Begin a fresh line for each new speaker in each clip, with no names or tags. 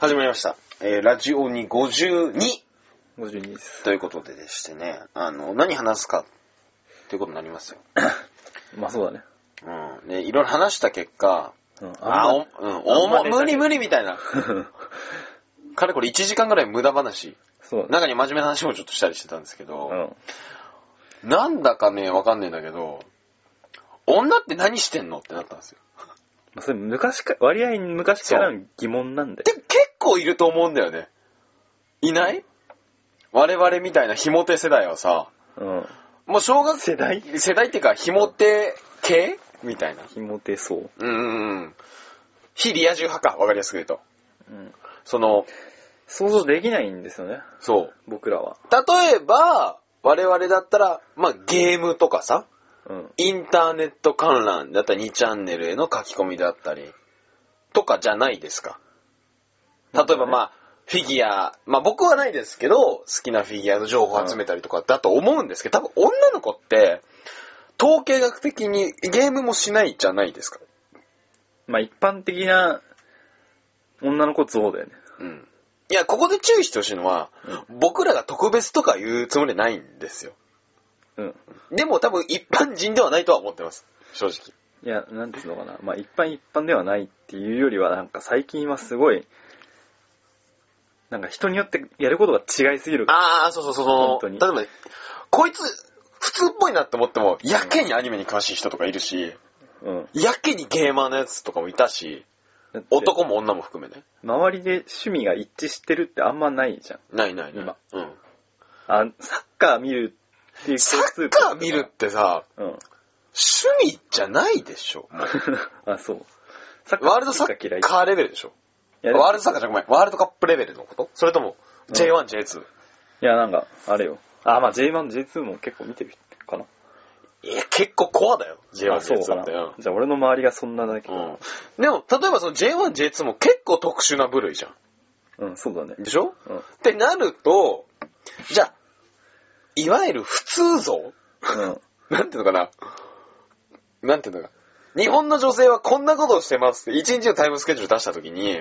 始まりました。えーラジオに52
52です。
ということででしてね、あの、何話すかということになりますよ。
まあそうだね。
うん。で、いろいろ話した結果、
うん。
あ、お、
ん
う
ま
ん、お
あ
も、
んま
無
り
理無理みたい な。かれこれ1時間ぐらい無駄話。
そうだね。
中に真面目な話もちょっとしたりしてたんですけど、
うん。
なんだかね、わかんねえんだけど、女って何してんのってなったんですよ。
まあそれ昔か、割合昔からの疑問なんで
で、。結構いると思うんだよね。いない我々みたいなひも手世代はさ、
うん。
もう小学
世代
世代っていうか、ひも手系みたいな。
ひもてそう。
うんうんうん。非リア充派か、わかりやすく言うと。
うん。
その、
想像できないんですよね。
そう。
僕らは。
例えば、我々だったら、まあ、ゲームとかさ、
うん。
インターネット観覧だったり、2チャンネルへの書き込みだったり、とかじゃないですか。例えばまあ、フィギュア、まあ僕はないですけど、好きなフィギュアの情報を集めたりとかだと思うんですけど、多分女の子って、統計学的にゲームもしないじゃないですか。
まあ一般的な女の子像だよね。
うん。いや、ここで注意してほしいのは、僕らが特別とか言うつもりないんですよ。
うん。
でも多分一般人ではないとは思ってます。正直。
いや、なんていうのかな。まあ一般一般ではないっていうよりは、なんか最近はすごい、なんか人によってやることが違いすぎる。
ああ、そうそうそう
本
そ
当
の、
に
例えばね、こいつ、普通っぽいなって思っても、やけにアニメに詳しい人とかいるし、
うん。
やけにゲーマーのやつとかもいたし、
だって
男も女も含めね。
周りで趣味が一致してるってあんまないじゃん。
ないないない
今。
うん。
あ、サッカー見るっていう
サ
共通
ッ
点とか
カー見るってさ、
うん。
趣味じゃないでしょ。
あ、そう。サッ
ワールドサ
好きか嫌
ッ
い
カーレベルでしょ。
いや、でも
ワールドサッカーじゃごめん。ワールドカップレベルのことそれとも、
ん
J1、J2。
いやなんか、あれよ。あ、まあ J1、J2 も結構見てるかな。
いや、結構コアだよ。J1、
あそうか
J2
な
って。うん。
じゃあ俺の周りがそんなだけ
う
ど。
ん。でも、例えばその J1、J2 も結構特殊な部類じゃ
うん、そうだね
ん。。でしょ
うん。うん。
ってなると、じゃあ、いわゆる普通像なんていうのかななんていうのかな日本の女性はこんなことをしてますって、一日のタイムスケジュール出したときに、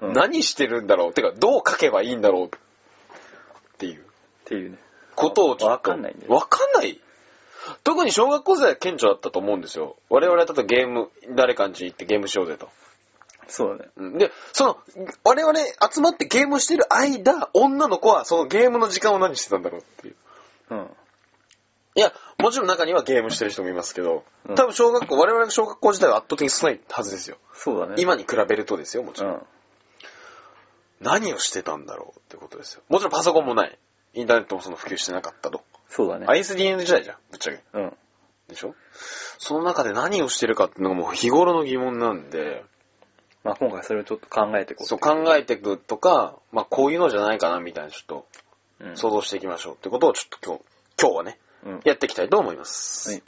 うんっ
何してるんだろうてか、どう書けばいいんだろうっていう
ていうね。
ことをちょっと。
わかんないんだよ
わかんない特に小学校時代は顕著だったと思うんですよ。我々だとゲーム、誰かんち行ってゲームしようぜと。
そうだね。
うんで、その、我々集まってゲームしてる間、女の子はそのゲームの時間を何してたんだろうっていう。
うん。
いや、もちろん中にはゲームしてる人もいますけど、
うん
多分小学校、我々の小学校時代は圧倒的に少ないはずですよ。
そうだね。
今に比べるとですよ、もち
う
ろん。
ん。
何をしてたんだろうってことですよ。もちろんパソコンもない。インターネットもその普及してなかったと。
そうだね。
ISDN 時代じゃん、ぶっちゃけ。
うん。
でしょその中で何をしてるかっていうのがもう日頃の疑問なんで、
まあ今回それをちょっと考えていこう。
そう考えていくとか、まあこういうのじゃないかなみたいなちょっと
うん。
想像していきましょうってことをちょっと今日、今日はね、
うん。
やっていきたいと思います。
はい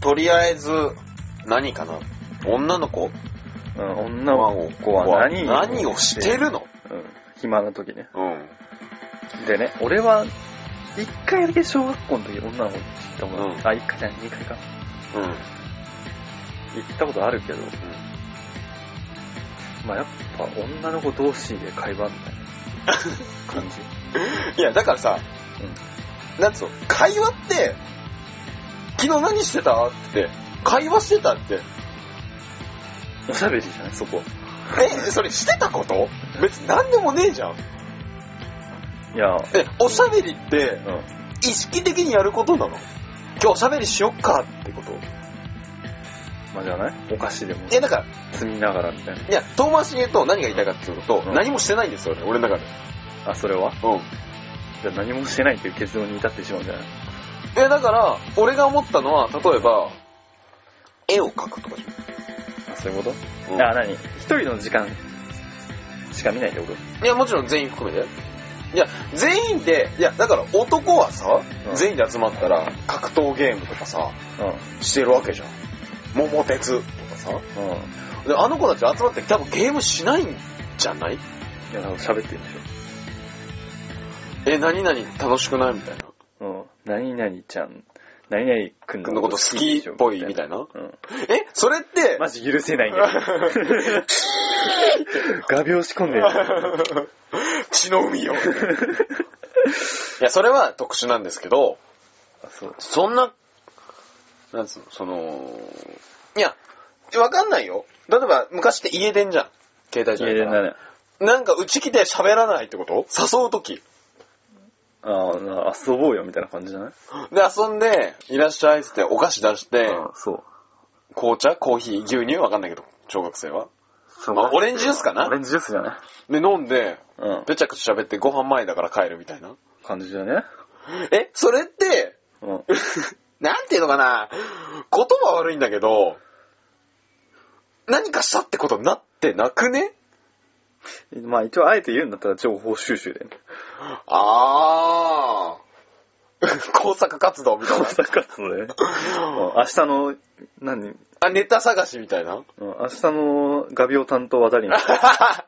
とりあえず、何かな女の子
うん。女
は
の子は何
何をしてるの
うん。暇な時ね。
うん。
でね、俺は、一回だけ小学校の時女の子知ったもん、
うん
あ、一回じゃない、二回か。
うん。
行ったことあるけど、まあやっぱ女の子同士で会話みたいな 感じ。
いや、だからさ、なんつうの、会話って、昨日何してたって、会話してたって、
おしゃべりじゃない、そこ。
え、それしてたこと別に何でもねえじゃん。
いや、
え、おしゃべりって
う、ん。
意識的にやることなの今日おしゃべりしよっかってこと
まあじゃないお菓子でも
いや、だから、
積みながらみたい
いや、遠回しに言うと何が言いたいかっていうのと、
うん
何もしてないんですよね、俺の中で。
な。あ、それは
うん。
じゃあ何もしてないっていう結論に至ってしまうんじゃない
え、だから、俺が思ったのは、例えば、絵を描くとかじ
あ、そういうこと、
ゃん。
あ、何一人の時間しか見ないってこと
いや、もちろん全員含めて。いや、全員で、いや、だから男はさ、
うん
全員で集まったら、格闘ゲームとかさ、
う
してるわけじゃん。桃鉄とかさ。
ん。うん。
で、あの子たち集まって多分ゲームしないんじゃない
いや、なんか喋ってるんでし
え、何々楽しくないみたいな。
ょ。うん。何々ちゃん、何々くん
君のこと好きっぽいみたいな。
うん。
えそれって、
マジ許 せないんだよ。画鋲仕込 んでる。
血の海 よ。いや、それは特殊なんですけど、
あそう。
そんな、なんつうの、その、いや、わかんないよ。例えば、昔って家電じゃん。携帯じゃ
家
ない
電
から
だね。
なんか、うち来て喋らないってこと誘うとき。
ああ、な遊ぼうよみたいな感じじゃない
で、遊んで、いらっしゃいっつってお菓子出して、
ああそう。
紅茶、コーヒー、牛乳わかんないけど、小学生は。
そう
まあオレンジジュースかな
オレンジジュースじゃない
で、飲んで、
うん。
ぺちゃくちゃ喋ってご飯前だから帰るみたいな。
感じだね。
え、それって、
うん。
なんていうのかな言葉悪いんだけど、何かしたってことになってなくね
まあ一応あえて言うんだったら情報収集で、ね。
あー。 工作活動みたいな。
朝活動でね。 うん明日の、何、うん
あ、ネタ探しみたいな。
明日の画鋲担当は誰に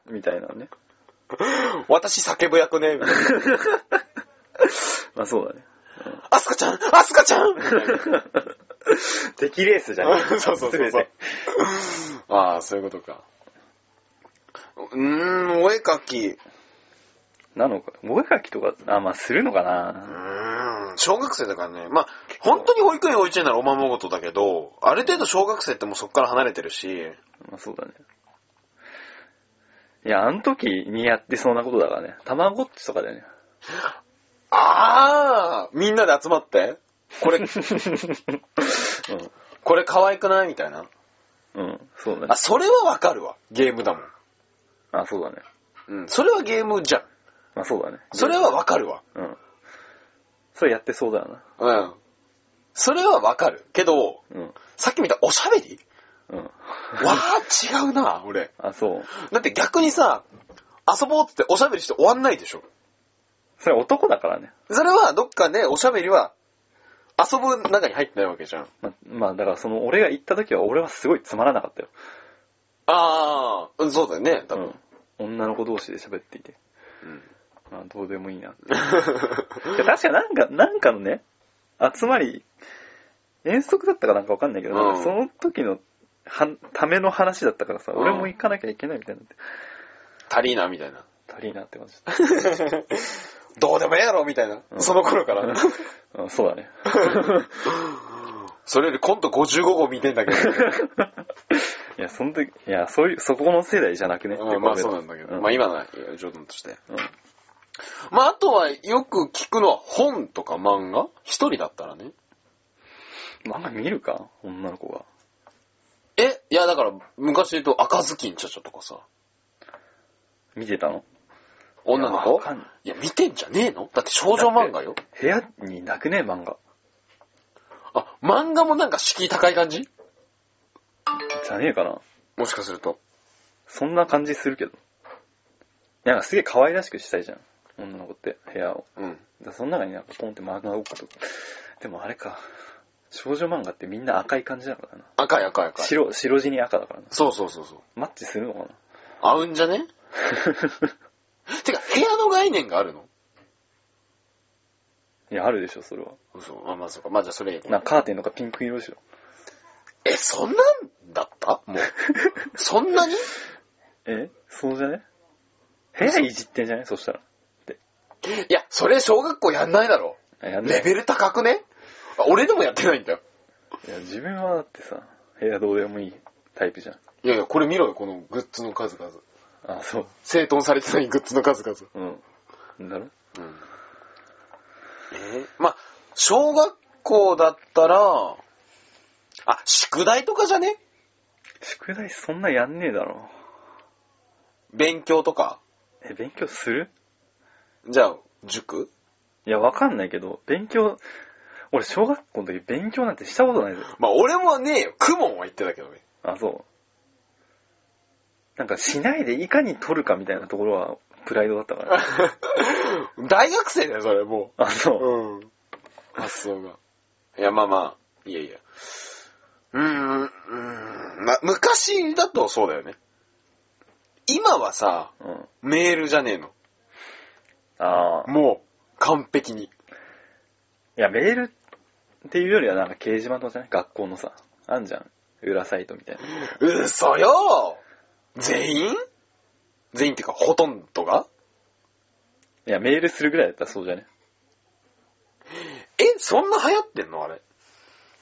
みたいなね。
私叫ぶ役ね。みたいな
まあそうだね。
アスカちゃんアスカちゃんみたいな
敵レースじゃん。
そうそうそうそう
全て
あー、そういうことか。うーん、お絵描き。う
なのか。お絵描きとか、あ、まあするのかな。
ーん、小学生だからね。まあ、本当に保育園幼稚園ならおままごとだけど、ある程度小学生ってもうそこから離れてるし、
まあそうだね。いや、あの時にやってそうなことだからね。たまごっちとかだよね。
あーみんなで集まってこ れ、
う
これ可愛くないみたいな。
ん。うん。そうだね
あ、。それはわかるわ。ゲームだもん。
あ、そうだね。
うん。それはゲームじゃん。
まあそうだね。
それはわかるわ。
うん。それやってそうだよな。
うん。それはわかる。けど、
うん。
さっき見たおしゃべり
うん。
わー、違うな、俺。
あ、そう。
だって逆にさ、遊ぼうって言っておしゃべりして終わんないでしょ。
それ男だからね。
それはどっかでおしゃべりは遊ぶ中に入ってないわけじゃん。
ま、まあだからその俺が行った時は俺はすごいつまらなかったよ。
あー、そうだよね、多分。
うん。女の子同士で喋っていて。
うん
まあどうでもいいなって。いや確かなんか、なんかのね、集まり、遠足だったかなんかわかんないけど、
うん
その時のはための話だったからさ、
うん
俺も行かなきゃいけないみたいになって、
足りーな、みたいな。
足りいなって感じだっ
どうでもええやろみたいな、
うん
その頃から。
た。うん、そうだね。
それよりコント55号見てんだけど、
いや、その時、いや、そういう、そこの世代じゃなくね。
うんまあそうなんだけど、
うん
まあ今のは冗談として。
うん
まああとはよく聞くのは本とか漫画一人だったらね。
漫画見るか女の子が。
えいやだから昔で言うと赤ずきんちゃちゃとかさ、
見てたの
女の子
わかんない
いや見てんじゃねえのだって少女漫画よ。
部屋になくね漫画。
あ、漫画もなんか敷居高い感じ
じゃねえかな
もしかすると。
そんな感じするけど。なんかすげえ可愛らしくしたいじゃん。女の子って、部屋を。
うん。
だからその中になんか ポンって漫画を置くと。でもあれか。少女漫画ってみんな赤い感じだからな。
赤い赤い赤い。
白、白地に赤だからな。
そうそうそうそう。
マッチするのかな
合うんじゃねてか部屋の概念があるの
いや、あるでしょ、それは。
嘘。あ、まあそうか。まあじゃあそれいい
なんかカーテンとかピンク色でしょ。
え、そんなんだった もう。そんなに
えそうじゃね部屋いじってんじゃねそしたら。
いや、それ小学校やんないだろ。
あやんない
レベル高くねあ俺でもやってないんだよ。
いや、自分はだってさ、部屋どうでもいいタイプじゃん。
いやいや、これ見ろよ、このグッズの数々。
あ、そう。
整頓されてないグッズの数々。
うん。だろ
うん。えーまあ、小学校だったら、あ、宿題とかじゃね
宿題そんなやんねえだろ。
勉強とか
え、勉強する
じゃあ、塾
いや、わかんないけど、勉強、俺小学校の時勉強なんてしたことないぜ。
まあ、俺もねえよ。クモンは言ってたけ どね。
あ、そう。なんかしないでいかに取るかみたいなところはプライドだったから、ね。
大学生だよ、それ、もう。
あ、そう。
うん。発想が。いや、まあまあ、いやいや。うーん、うーん、まあ、昔だとそうだよね。今はさ、
うん。
メールじゃねえの。
ああ。
もう、完璧に。
いや、メールっていうよりはなんか掲示板とかじゃない学校のさ、あんじゃん。裏サイトみたいな。
嘘よ全員全員っていうか、ほとんどが
いや、メールするぐらいだったらそうじゃね
え、そんな流行ってんのあれ。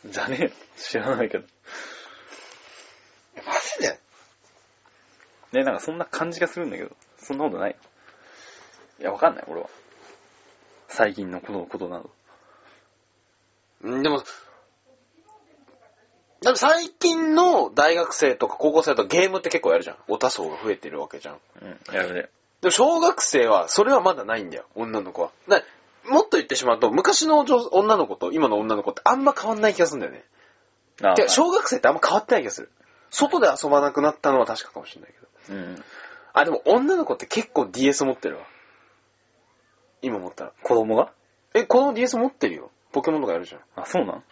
じゃねえよ。知らないけど。
マジで
ね、なんかそんな感じがするんだけど、そんなことないいや、わかんない、俺は。最近のこのことなど。
うんでも、だって最近の大学生とか高校生とかゲームって結構やるじゃん。オタ層が増えてるわけじゃん。
うん、やるね。
でも小学生は、それはまだないんだよ、女の子は。だもっと言ってしまうと、昔の女女の子と今の女の子ってあんま変わんない気がするんだよね。
ああ
てか小学生ってあんま変わってない気がする。外で遊ばなくなったのは確かかもしれないけど。
うん。
あ、でも女の子って結構 DS 持ってるわ。今思ったら。
子供が
え、この DS 持ってるよ。ポケモンとかやるじゃん。
あ、そうなん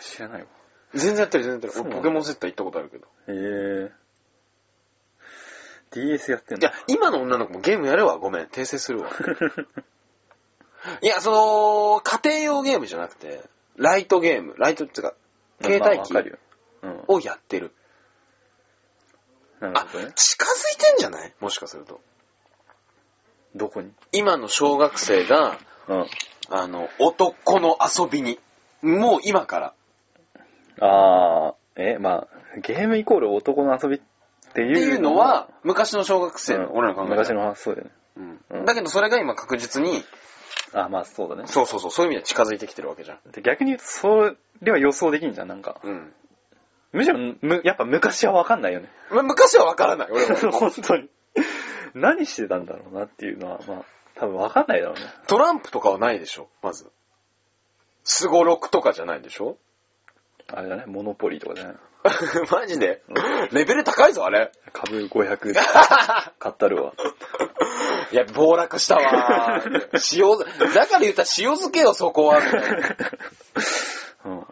知らないわ。
全然やってる、全然やって
そう
る。俺
なの
ポケモンセッター行ったことあるけど。
へえ。DS やってん
いや
だ。、
今の女の子もゲームやるわ。ごめん。訂正するわ。 いや、その、家庭用ゲームじゃなくて、ライトゲーム、ライトっていうか、携帯機
まあわかるよ。うん。
をやってる。
なる
あ、
ほどね。
近づいてんじゃないもしかすると。
どこに
今の小学生が、
うん。
あの、男の遊びに。もう今から。
ああ、え、まあ、ゲームイコール男の遊びって
ってい
いう
のは、、昔の小学生
う
の、
ん
俺らの考え
昔
だよ
の話、そうだよね。
うん。だけどそれが今確実に、
あ、まあそうだね。
そうそうそう、そういう意味で近づいてきてるわけじゃん。
で逆に言うと、それは予想できんじゃん、なんか。
うん。
むしろ、むやっぱ昔はわかんないよね。
ま昔はわからない、俺 も。
本当に。何してたんだろうなっていうのは、まあ、多分わかんないだろうね。
トランプとかはないでしょ、まず。スゴロクとかじゃないでしょ
あれだね、モノポリーとかじゃない
マジで、レベル高いぞ、あ れ。
株500 買ったるわ。
いや、暴落したわーって。塩漬、だから言ったら塩漬けよ、そこは。みたいな
うん。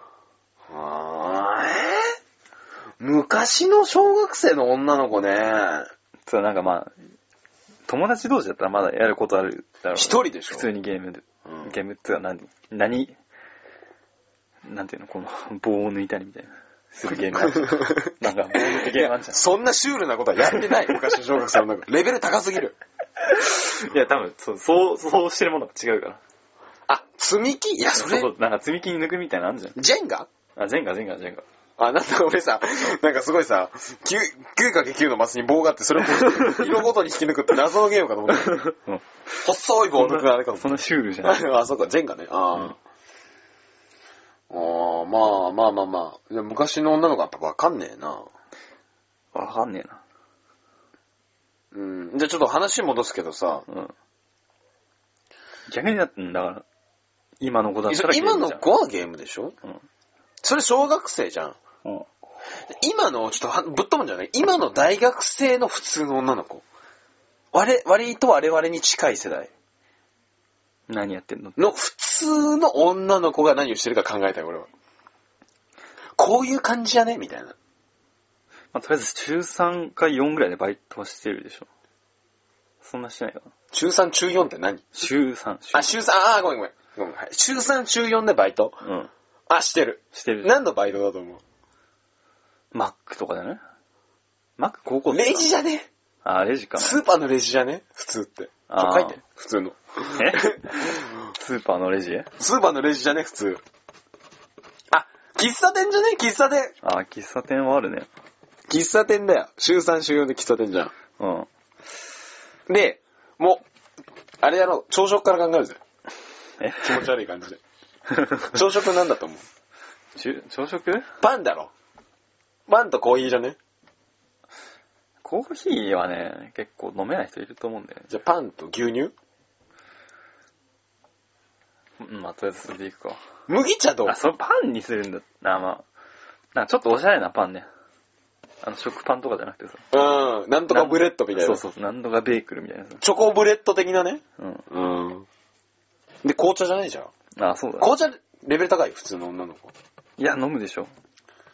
あーえー昔の小学生の女の子ね、
そう、なんかまあ、友達同士だったらまだやることあるだろうね。
一人でしょ
普通にゲームで。
うん
ゲームっていうか何、何、なんていうの、この棒を抜いたりみたいな。するゲームあるじゃん。なんか棒抜くゲームあるじゃ
そんなシュールなことはやってない、昔の小学生の女の子。レベル高すぎる。
ん。 いや、多分、そう、そう、そうしてるものが違うから。
あ、積み木いや、それ
そ、うなんか積み木抜くみたいなのあるじゃん。
ジェンガ
あ、ジェンガ、ジェンガ、ジェンガ。
あ、なんだ俺さ、なんかすごいさ、9、9×9 のマスに棒があって、それをこう色ごとに引き抜くって謎のゲームかと思った。
うん
細い棒を抜くあれかと思った
そんなシュールじゃない。
あ、そうか、ジェンガね。ああ、ああまあまあまあまあ。でも昔の女の子はやっぱわかんねえな。
わかんねえな。
うん。じゃあちょっと話戻すけどさ、
うん。逆にだってんだから、今の子だったらゲーム
今
じ
の
ゃん
子はゲームでしょそれ小学生じゃん。
うん。うん。
今の、ちょっとはぶっ飛ぶんじゃない今の大学生の普通の女の子。我、割と我々に近い世代
何やってんの
の普通の女の子が何をしてるか考えたよ、俺は。こういう感じじゃねみたいな。
まあ、とりあえず中3か4ぐらいでバイトはしてるでしょ。そんなしてないかな。
中3、中4って何
週3、週
あ、週3、あー、ごめんごめん。ごめん、はい。週3、中4でバイト
うん。
あ、してる。
してる。
何のバイトだと思
マックとかだよね。マック高校
う
生か
レジじゃね
あ、レジか。
スーパーのレジじゃね普通って。
あー
書いて。普通の。
えスーパーのレジ
スーパーのレジじゃね普通。あ、喫茶店じゃね喫茶店。
あ、喫茶店はあるね。
喫茶店だよ。週3、週4で喫茶店じゃ
うん。
ん。で、もう、あれやろう。朝食から考えるぜ。
え
気持ち悪い感じ で。朝食なんだと思う
中朝食
パンだろ。パンとコーヒーじゃね
コーヒーはね、結構飲めない人いると思うんだよね。
じゃあパンと牛乳
うん、まあ、とりあえずそれでいくか。
麦茶どう
あ、そのパンにするんだ。あ、まあ。なんかちょっとおしゃれなパンね。あの、食パンとかじゃなくてさ。
うん。なんとかブレッドみたいな。
そうそうそう、何度かベークルみたいなさ。
チョコブレッド的なね。
うん。
うん。で、紅茶じゃないじゃん。
あ、そうだ。
紅茶、レベル高い普通の女の子。
いや、飲むでしょ。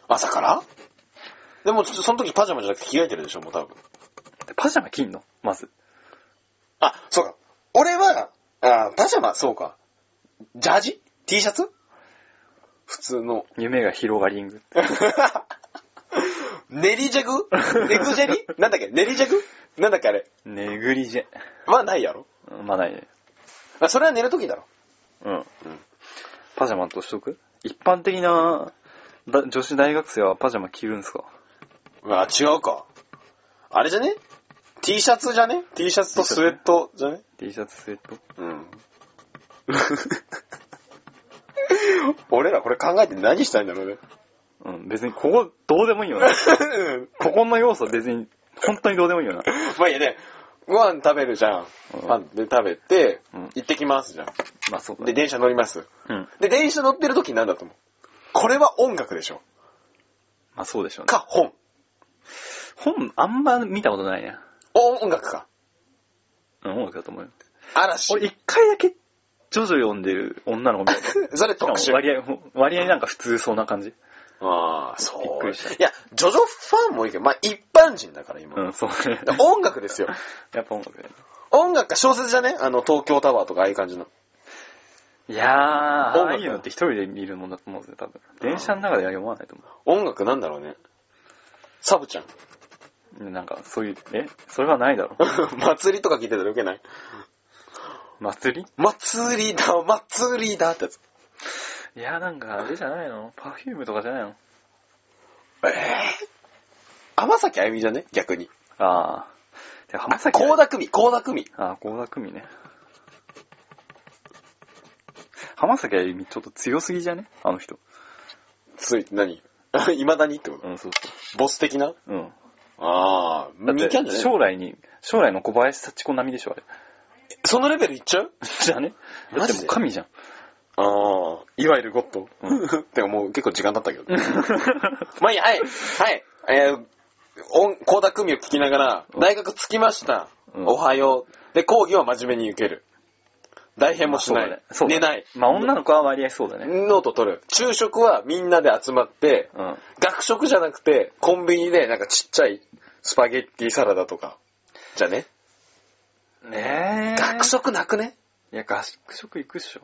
朝からでも、その時パジャマじゃなくて着替えてるでしょ、もう多分。
でパジャマ着んのまず。
あ、そうか。俺は、あパジャマ、そうか。ジャージ ?T シャツ普通 の。
夢が広がりんぐって。
練りジャグネグジェリなんだっけ練りジャグなんだっけあれ。
ねぐりじゃ。
まあないやろ。
まあないね。
あそれは寝るときだろ。
うん。
うん。
パジャマとしとく一般的なだ女子大学生はパジャマ着るんすか
あ、違うか。あれじゃね ?T シャツじゃね ?T シャツとスウェットじゃね
?T シャツスウェット
うん。 俺らこれ考えて何したいんだろうね。
うん、別にここどうでもいいよな。ここの要素別に本当にどうでもいいよな。
まあいいやね、ご飯食べるじゃん。
うん
パンで食べて、
うん
行ってきますじゃん。
まあそうだ
で、
ね。
電車乗ります。
うん。
で、電車乗ってる時なんだと思うこれは音楽でしょ。
まあそうでしょうね。
か、本。
本あんま見たことないね。
お音楽か。
うん、音楽だと思うよ。
嵐。
俺一回だけジョジョ読んでる女の子見た。
それ特
し
殊
かも。割合、割合なんか普通そうな感じ。
ああ、
びっ
そ
く
う。
りした
いや、ジョジョファンもいいけど、まあ一般人だから今。
うん、 そうね。
だから音楽ですよ。
やっぱ音楽だよね。
音楽か小説じゃねあの、東京タワーとかああいう感じの。
いやー、あ
音楽
あいうのって一人で見るもんだと思うんですよ、多分。電車の中では読まないと思
音楽なんだろうね。サブちゃん。
う。なんか、そういう、えそれはないだろ。
祭りとか聞いてたらウケない
祭り
祭りだ、祭りだってやつ。
いやーなんか、あれじゃないのパフュームとかじゃないの
えぇ、天崎あゆみじゃね逆に。
あー。で、浜崎あゆ
高田久美、高田久美。
あー、高田組ね。浜崎あゆみちょっと強すぎじゃねあの人。
ついて何 未だにってこと
うん、そう
ボス的な
そう。うん。
ああ、
だっ
見
て
たんじゃね
将来に、将来の小林幸子並みでしょ、あれ。
そのレベルいっちゃう
じゃあね。だ
マ
って
ジ
も
で
う神じゃん。
ああ、いわゆるゴッド。
う ん
って思う。結構時間経ったけど。まあいいや、はい。はい。えー、音、高田組を聞きながら、
うん
大学着きました。
うん
おはよう。で、講義は真面目に受ける。大変もしない。
まあそうだね
寝ない。
まあ女の子は割合そうだね。
ノート取る。昼食はみんなで集まって、
うん。
学食じゃなくて、コンビニでなんかちっちゃいスパゲッティサラダとか。じゃね。
ねえ。
学食なくね
いや、学食行くっしょ。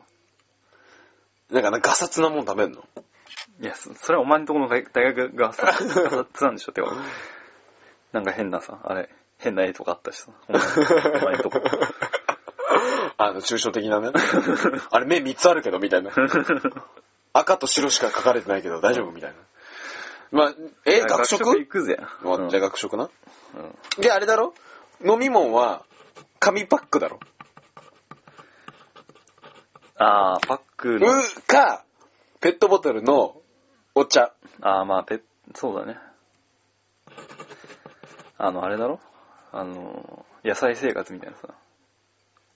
なんかなガサツなもん食べんの
いや、そそれはお前んとこの大大学がさ、ガツなんでしょ、てか。なんか変なさ、あれ、変な絵とかあったしさ。お前お前んとこ。
あの、抽象的 なね。あれ、目3つあるけど、みたいな。赤と白しか書かれてないけど、大丈夫みたいな。まあ、 え、学食
行くぜ。
ま
う
あ
ん
じゃあ学食な。
うん
で、あれだろ飲み物は、紙パックだろ。
あー、パックの、
うか、ペットボトルのお茶。
あー、まあ、ペそうだね。あの、あれだろあの、野菜生活みたいなさ。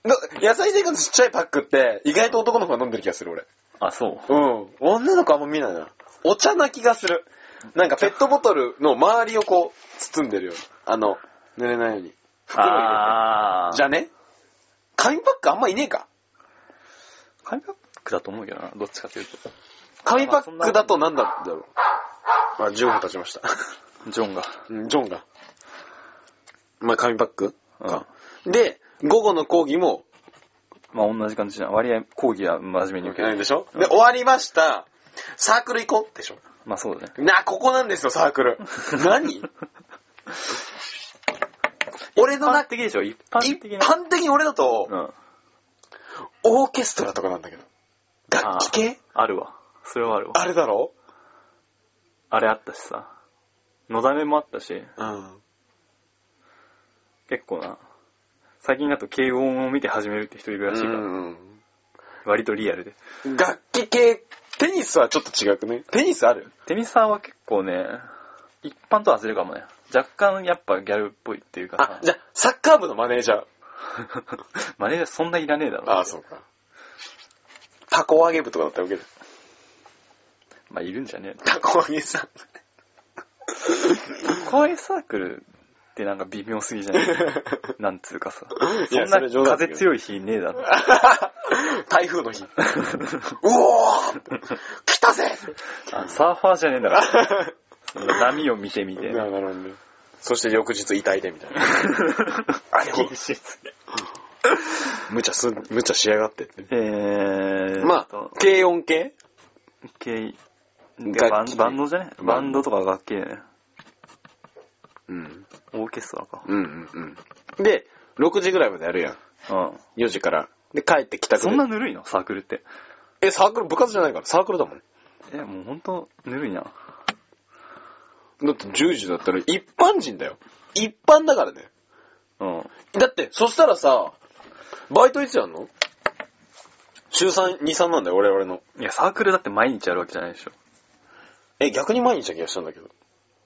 の野菜生活ちっちゃいパックって、意外と男の子が飲んでる気がする、俺。
あ、そう。
うん。女の子あんま見ないな。お茶な気がする。なんかペットボトルの周りをこう、包んでるよ。あの、濡れないように。袋入れて。
あー。
じゃね紙パックあんまいねえか。
紙パックだと思うけどな、どっちかというと。
紙パックだとなんだろう。あ、15分経ちま した。
ジョンが。
うんジョンが。まあ、紙パック
うん
か。で、午後の講義も、
まあ同じ感じじゃん。割合講義は真面目に受け
ない
る。
でしょ
う
で、
ん
終わりました。サークル行こうでしょ
まあそうだね。
なあ、ここなんですよ、サーク ル。何俺の
一般
な、
的でしょ一般
一
的な。
般的に俺だと、
うん。
オーケストラとかなんだけど。楽器系
あるわ。それはあるわ。
あれだろ
あれあったしさ。のだめもあったし、
うん。
結構な。最近だと軽音を見て始めるって人いるらしいから。
うん
割とリアルで。
楽器系、テニスはちょっと違くねテニスある
テニサーは結構ね、一般とはずれるかもね。若干やっぱギャルっぽいっていうか
あ
さ、。
じゃあ、サッカー部のマネージャー。
マネージャーそんないらねえだろ。
ああ、そうか。タコ揚げ部とかだったら受ける。
まあいるんじゃねえの。
タコ揚げさ ん。
公営サークルってなんか微妙すぎじゃない なんつうかさ。
い
そ
や
んな
それ冗談だけ
風
ど
強い日ねえだろ。
台風の 日。うおー来たぜ
あサーファーじゃねえんだから。その 波を見てみて。
なるほどね。そして翌日遺体でみたいな。 あれ
厳しいっすね。
無茶すん、無茶しやがってって。
えー、
ま
ちょ
あ
っ、
軽音系
と系、
楽器
バンバンドじゃね
バンド
バンドとか楽器だよね。
うん。
オーケストラか。
うんうんうん。で、6時ぐらいまでやるやん。
うん。
4時から。で、帰ってきた
そんなぬるいのサークルって。
え、サークル、部活じゃないから、サークルだもん。
え、もうほんと、ぬるいな。
だって10時だったら一般人だよ。一般だからね。
うん。
だって、そしたらさ、バイトいつやんの週3、2、3なんだよ、我々の。
いや、サークルだって毎日やるわけじゃないでしょ。
え、逆に毎日な気がしたんだけど。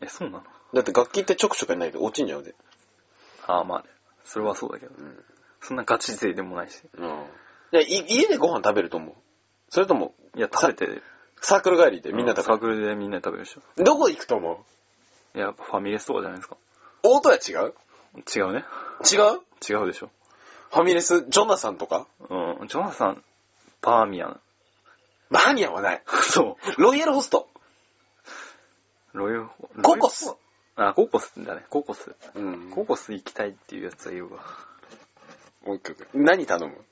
え、そうなの
だって楽器ってちょくちょくやんないと落ちんじゃうで。
ああ、まあね。それはそうだけど。
ん
そんなガチ勢でもないし。
うん。で、い家でご飯食べると思う。それとも、
いや、食べて、
サークル帰りでみんな
サー
食
クルでみんなで食べるでしょ。
べる。どこ行くと思
いや、やっぱファミレスとかじゃないですか。
うオートや違う
違うね。
違う
違うでしょ。
ファミレス、ジョナサンとか
うん。ジョナサン、バーミヤン。
バーニャンはない。
そ
ロイヤルホスト。
う。ロイヤル
ココス。
あ、ココスだね。ココス。
うん
ココス行きたいっていうやつは言うわ。
何頼む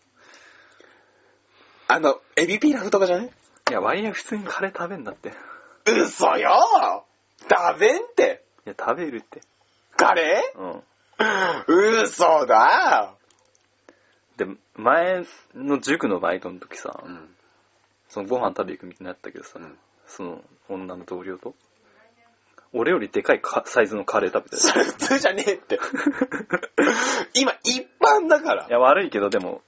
あの、エビピラフとかじゃね
いや、割合普通にカレー食べんだって。い
嘘よ食べんって
や、食べるって。
カレ
うん。
ー嘘だ
で、前の塾のバイトの時さ、
ん。
そのご飯食べ行くみたいになったけどさ、
うん
その女の同僚と、俺よりでかいかサイズのカレー食べてる。
それ普通じゃねえって。今、一般だか
い
ら。
や、悪いけど、でも、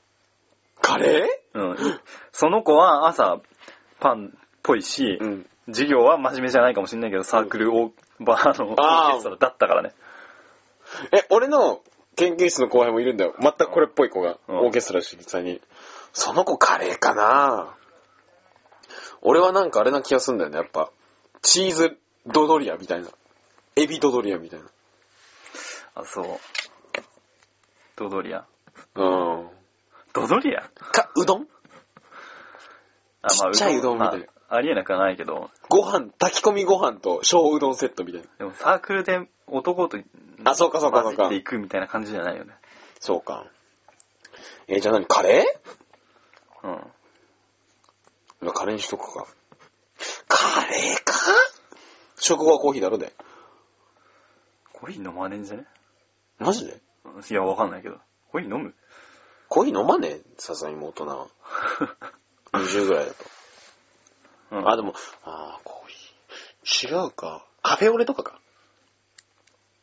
カレ
うん。その子は朝、パンっぽいし、
ーん。
授業は真面目じゃないかもしれないけど、サークルを、バーのオ
あー
ーケストラだったからね。
え、俺の研究室の後輩もいるんだよ。全くこれっぽい子が、
うん
オーケストラ主義さんに。その子カレーかな俺はなんかあれな気がするんだよね、やっぱ。チーズドドリアみたいな。エビドドリアみたいな。
あ、そう。ドドリア。
うん。
ドドリア
か、うどん
あ、
ちっちゃいうどんみたいな
まあありえなくはないけど、
ご飯、炊き込みご飯と小うどんセットみたいな。
でもサークルで男と、
あそうかそうかそうか
混じっていくみたいな感じじゃないよね。
そうか。えーじゃあ何カレ
うん。
ーまあカレーにしとくか。カレーか食後はコーヒーだろで。
コーヒー飲まねえんじゃね
マジで
いや、わかんないけど。コーヒー飲む
コーヒー飲まねえさすがにもう大人は。20ぐらいだと。
うん。
あ、でも、あーコーヒー。違うか。カフェオレとかか。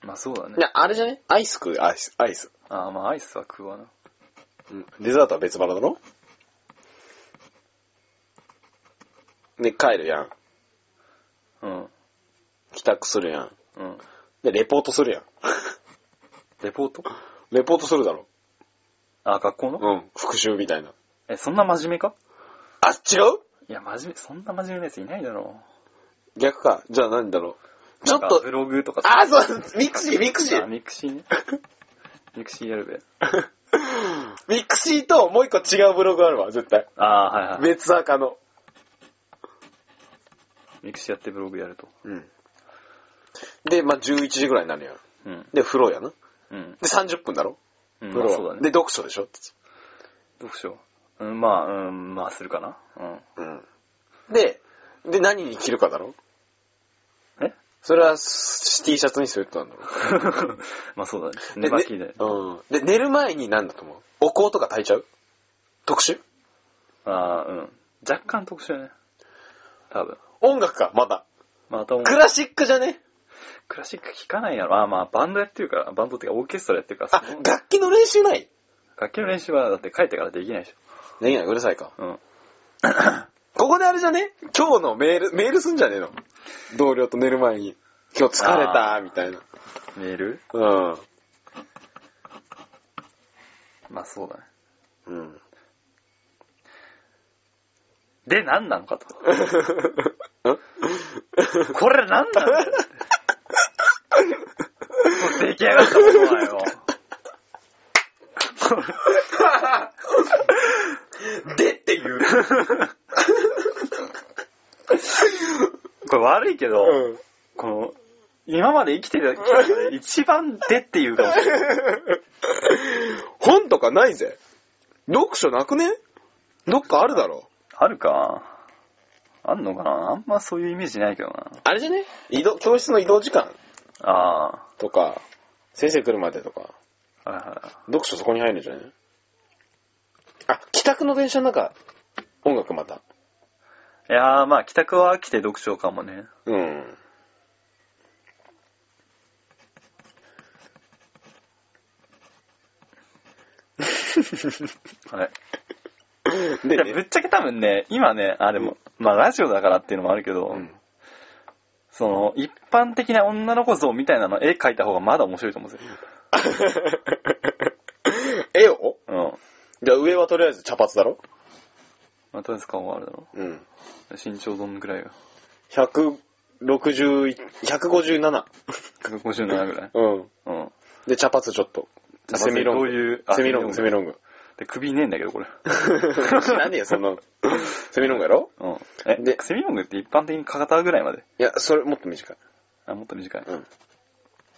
まあそうだ
い
ね。
や、あれじゃねアイス食う、アイス、アイス。
あ、まあアイスは食うわな。
うんデザートは別腹だろで、帰るやん。
うん。
帰宅するやん。
うん。
で、レポートするやん。
レポート
レポートするだろ。
あ、学校の、
うん。復習みたいな。
え、そんな真面目か
あ、違う
いや、真面目、そんな真面目なやついないだろ
逆か。じゃあ何だろう。
う。
ちょっ
なんか
と
ブ、ログとか
あ、そう、ミクシー、ミクシ
あ
ー。
ミクシーね。ミクシーやるべ。
ミクシーともう一個違うブログあるわ、絶対。
あーはいはい。
別赤の。
ミクシーやってブログやると。
うん。で、まあ、11時ぐらいになるやん。
うん。
で、風呂やな。
うん。
で、30分だろ
うん、
風
まあ
呂
そうだ
は。
ね
で、。読書でしょ
読書。うん、まあ、うん、まあするかな。うん。
うん。で、で、何に着るかだろ
え
それは、シ T シャツにするってなんだろ
まあそうだね。
う
ネバキー
ね
で。
うん。で、寝る前に何だと思うお香とか炊いちゃう特殊
ああ、うん。若干特殊だね。多分。
音楽か、また。
また、
クラシックじゃね
クラシック聴かないやろ。あーまあバンドやってるから、バンドっていうかオーケストラやってるから、
あ
その、
楽器の練習ない
楽器の練習はだって帰ってからできないでし
できないうるさいか。
ょ。うん。
ここであれじゃね今日のメール、メールすんじゃねえの同僚と寝る前に。今日疲れた、みたいな。
メール
うん。
まあそうだね。
うん。
で、何なのかと。これ何なのもう出来上がったものだよ。
でっていう。
これ悪いけど、
うん。
この、今まで生きてきた中で一番でっていうかもしれない。
本とかないぜ。読書なくねどっかあるだろ。
あるかあんのかなあんまそういうイメージないけどな。
あれじゃね移動、教室の移動時間
あ
とか、先生来るまでとか、
あ、はいはいはい。
読書そこに入るんじゃないあ、帰宅の電車の中、音楽また。
いやー、まあ、帰宅は飽きて読書かもね。
うん。
はい。い
で
や、ぶ
ね、
っちゃけ多分ね、今ね、あ、でも、まあ、ラジオだからっていうのもあるけど、
うん
その、一般的な女の子像みたいなの絵描いた方がまだ面白いと思うんですよ。
絵を
うん。
じゃあ上はとりあえず茶髪だろ
まあ、とりあえず顔はあれだろ。
うん。
身長どんぐらいが。
160、157。
157ぐらい。
うん。
うん。
で、茶髪ちょっと。
茶髪
セミロング。
どういうあ
セミロング、セ
セ
ミ
ミ
ロング。
で、首ねえんだけど、これ。
知らねえよ、その、セミロングやろ
うん。え、
で
セミロングって一般的に肩ぐらいまで。
いや、それもっと短い。
あ、もっと短い。
うん。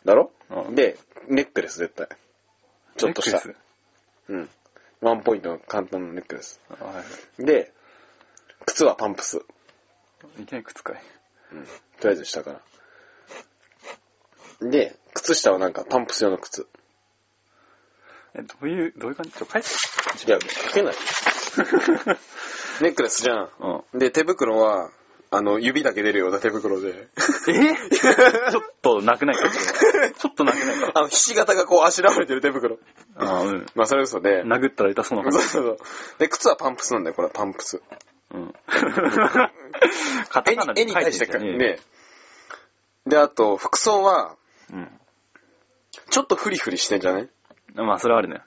だろ
うん
で、ネックレス絶対。ちょっとした
ネッ。ク
うん。ワンポイントの簡単なネックレス。
レスあは
で、靴はパンプス。
い。いきなり靴かい。
うん。とりあえず下から。で、靴下はなんかパンプス用の靴。
え、どういう、どういう感じちょ、帰って。
いや、か けない。ネックレスじゃん。
うん。
で、手袋は、あの、指だけ出るような手袋で。
え ちょっとなくないかちょっとなくないか
あの、ひし形がこう、あしらわれてる手袋。
あうん。
まあ、それ嘘で。
殴ったら痛そう な
そう
感
そう
じ。
そう。で、靴はパンプスなんだよ、これはパンプス。
うん。
絵
カ
に
ナ、で
絵に対してか。
書いんじゃね
ね。で、あと、服装は、
えよ
ちょっとフリフリしてんじゃね
うん。まあ、それはあるね。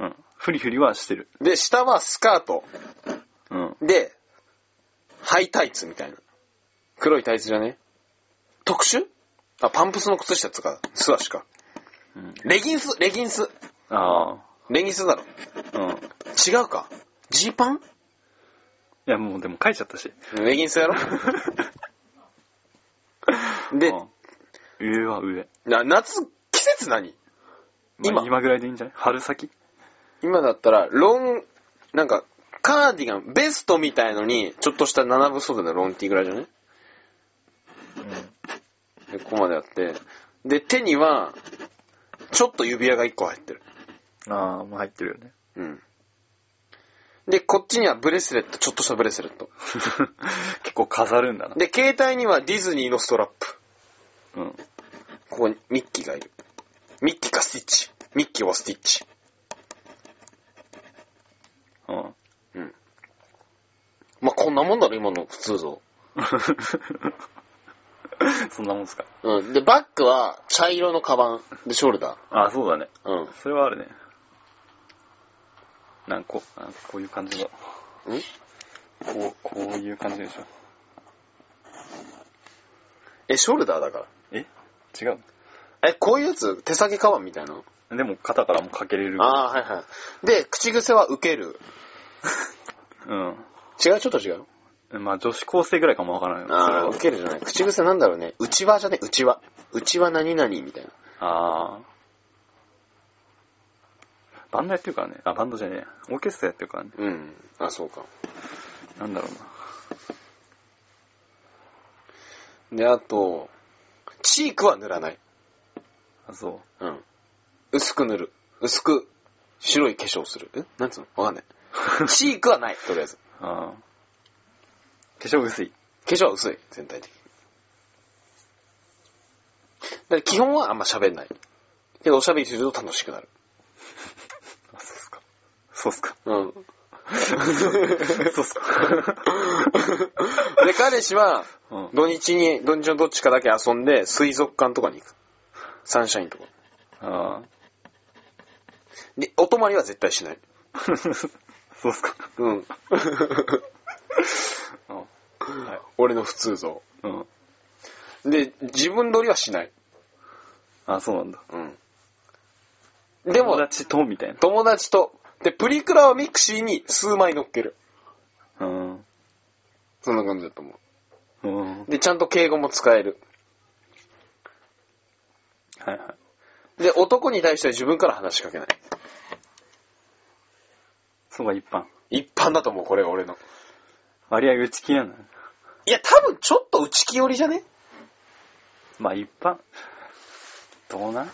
うん。フリフリはしてる。
で、下はスカート。
うん。
で、ハイタイツみたいな。黒いタイツじゃね特殊あ、パンプスの靴下っつうか、素足か。
うん。
レギンス、レギンス。
ああ。
レギンスだろ。
うん。い
違うか。ジーパン
や、もうでも書いちゃったし。
レギンス やろで
うん、上は上。
な夏、季節何
ま
今
あ今ぐらいでいいんじゃない春先
今だったら、ロン、なんか、カーディガン、ベストみたいのに、ちょっとした七分袖のロンティーぐらいじゃないで、ここまであって。で、手には、ちょっと指輪が1個入ってる。
ああ、もう入ってるよね。
うん。で、こっちにはブレスレット、ちょっとしたブレスレット。
結構飾るんだな。
で、携帯にはディズニーのストラップ。
うん。
ここにミッキーがいる。ミッキーかスティッチ。ミッキーはスティッチ。
うん。
うん。まあ、こんなもんだろ、今の普通像。
そんなもんすか。
うん。で、バッグは、茶色のカバン。で、ショルダー。
ああ、そうだね。
うん。
それはあるね。なんかこう、なんかこういう感じだ。
ん
こう、こういう感じでしょ。
え、ショルダーだか
え違う
ら。え、こういうやつ、手先カバンみたいなの
でも肩からもかけれる。
ああ、はいはい。で、口癖は受ける。違う、ちょっと違う。
うん。まあ女子高生ぐらいかもわからない
ああ、受
そ
け
れ
るじゃない。口癖なんだろうね。うちわじゃねうちわ。うちわ何々みたいな。
はあーバンドやってるからね。あ、バンドじゃねえや。オーケストラやってるからね。
うん。あ、そうか。
なんだろうな。
で、あと、チークは塗らない。
あ、そう。
うん。薄く塗る。薄く、白い化粧する。えなんつうのわか んない。チークはない、とりあえず。
あー化粧薄い。
化粧は薄い、全体的に。だから基本はあんま喋んない。けど、おしゃべりすると楽しくなる。
あ、そうっすか。そうっ すか。
うん。
そうっすか。
で、彼氏は、
うん。
土日に、土日のどっちかだけ遊んで、水族館とかに行く。サンシャインとか。
ああ。
で、お泊まりは絶対しない。
そうっすか。
うん。
うん。はい。
俺の普通像。
うん。
で、自分撮りはしない。
あ、そうなんだ。
うん。でも
友、達と、みたい
友達と、で、プリクラはミクシーに数枚乗っける。
な。うん。
そんな感じだと思
うん。は
う。で、ちゃんと敬語も使える。
いはい。
で、男に対しては自分から話しかけない。
そうか、一般。
一般だと思う、これが俺の。
割合打ち切らない。
いや、多分ちょっと内気寄りじゃね
まあ一般、どうなん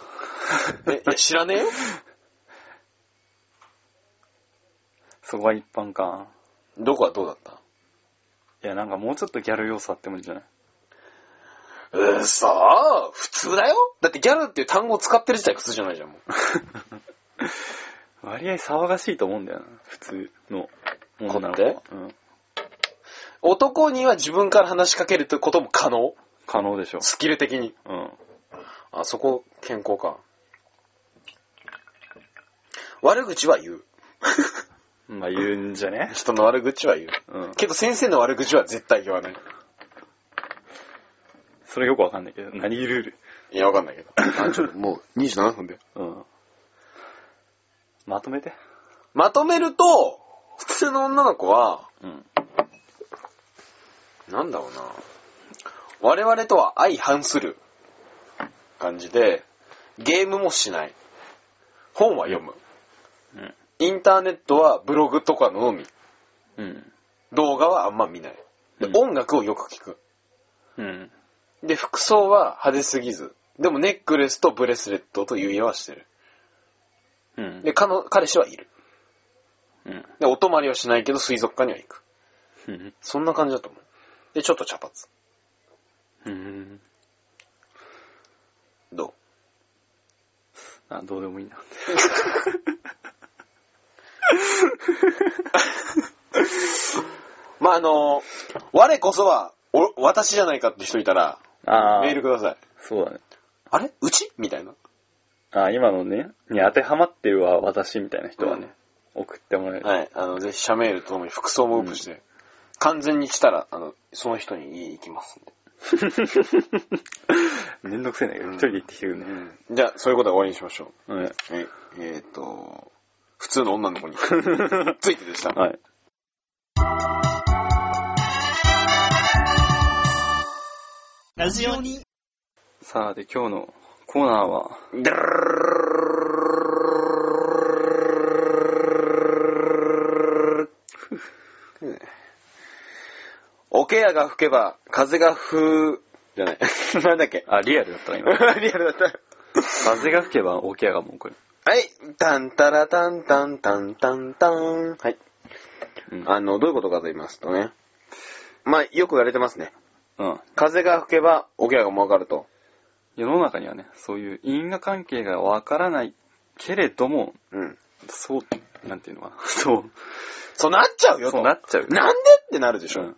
え、いや、知らねえよ。
そこは一般か。
どこはどうだった
いや、なんかもうちょっとギャル要素あってもいいんじゃないう
そ普通だよだってギャルっていう単語を使ってる自体普通じゃないじゃん、もう。
割合騒がしいと思うんだよな、普通の女の子
子
は
っ。
うん。
男には自分から話しかけるということも可能
可能でしょ。
スキル的に。
うん。
あ、そこ、健康か。悪口は言う。
まあ言うんじゃね
人の悪口は言う。
うん。
けど先生の悪口は絶対言わない。
それよくわかんないけど、何ルール
いや、わかんないけど。ちょっともう27分で。
うん。まとめて。
まとめると、普通の女の子は、
うん。
なんだろうな。我々とは相反する感じで、ゲームもしない。本は読む。
うん。
インターネットはブログとかのみ。
うん。
動画はあんま見ない。で、
うん
音楽をよく聞く。
うん。
で、服装は派手すぎず。でもネックレスとブレスレットと指輪はしてる。
うん。
で、彼の彼氏はいる。
うん。
で、お泊まりはしないけど水族館には行く。
うん。
そんな感じだと思う。で、ちょっと茶髪。
うん。
どう
あ、どうでもいいな。
まあ、あの、我こそは、お私じゃないかって人いたら、
あ
メールください。
そうだね。
あれうちみたいな。
あー今のね、に当てはまってるわ、私みたいな人はね、送ってもらえる。
はい。あの、ぜひ、社メールとともに服装もオープンして、完全に来たら、あの、その人に行きますんで。
めんどくせえんだけど、
うん
一人で行ってきてくるね。
じゃあ、そういうことは終わりにしましょ。
はいう
え、えーっと、普通の女の子 に、ついてでした。
はい。
ラジオ に
さあ、で、今日のコーナーは、
でるおケアが吹けば、風が吹う、じゃない。 なんだっけ
あ、リアルだったな、
リ
今。
アルだった。
風が吹けば起き上がもうこれ。
はい。タンタラタンタンタンタンタン。はい。
うん。
あの、どういうことかと言いますとね。まあ、よく言われてますね。
うん。
風が吹けば、オケアがもわかると。
世の中にはね、そういう因果関係がわからないけれども、
うん。
そう、なんていうのかな。そう、
そうなっちゃうよと。
そうなっちゃうよ
なんでってなるでしょ。
うん。っ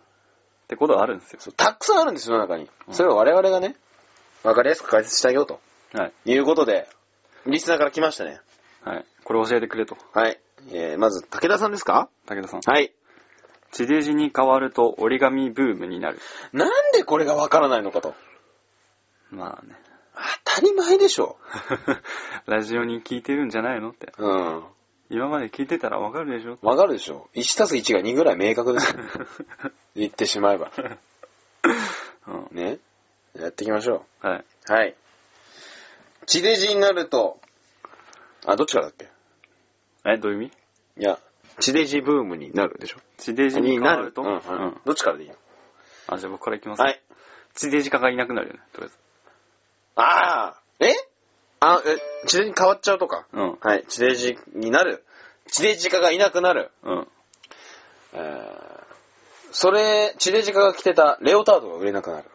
てことはあるんですよ。
そうたくさんあるんですよ、世の中に。
うん
それを我々がね、わかりやすく解説してあげようと。
はい。
いうことで、リスナーから来ましたね。
はい。これ教えてくれと。
はい。えー、まず、武田さんですか
武田さん。
はい。
地デジに変わると折り紙ブームになる。
なんでこれがわからないのかと。
まあね。
当たり前でし ょ。
ラジオに聞いてるんじゃないのって。
うん。
今まで聞いてたらわかるでしょ
わかるでしょ。1たす1が2ぐらい明確ですよ。言ってしま えば。
うん。
ね。やっていきましょ
はい。
う。はい。地デジになると、あ、どっちからだっけ
え、どういう意味
いや、地デジブームになるでしょ。
地デジに変わると
うん、うん。どっちからでいいの
あ、じゃあ僕からいきます。
はい。
地デジ化がいなくなるよね、とりあ
ああえあ、え、地デジに変わっちゃうとか。
えず。うん。
はい、地デジになる。地デジ化がいなくなる。
うん。
えー、それ、地デジ化が着てたレオタードが売れなくなる。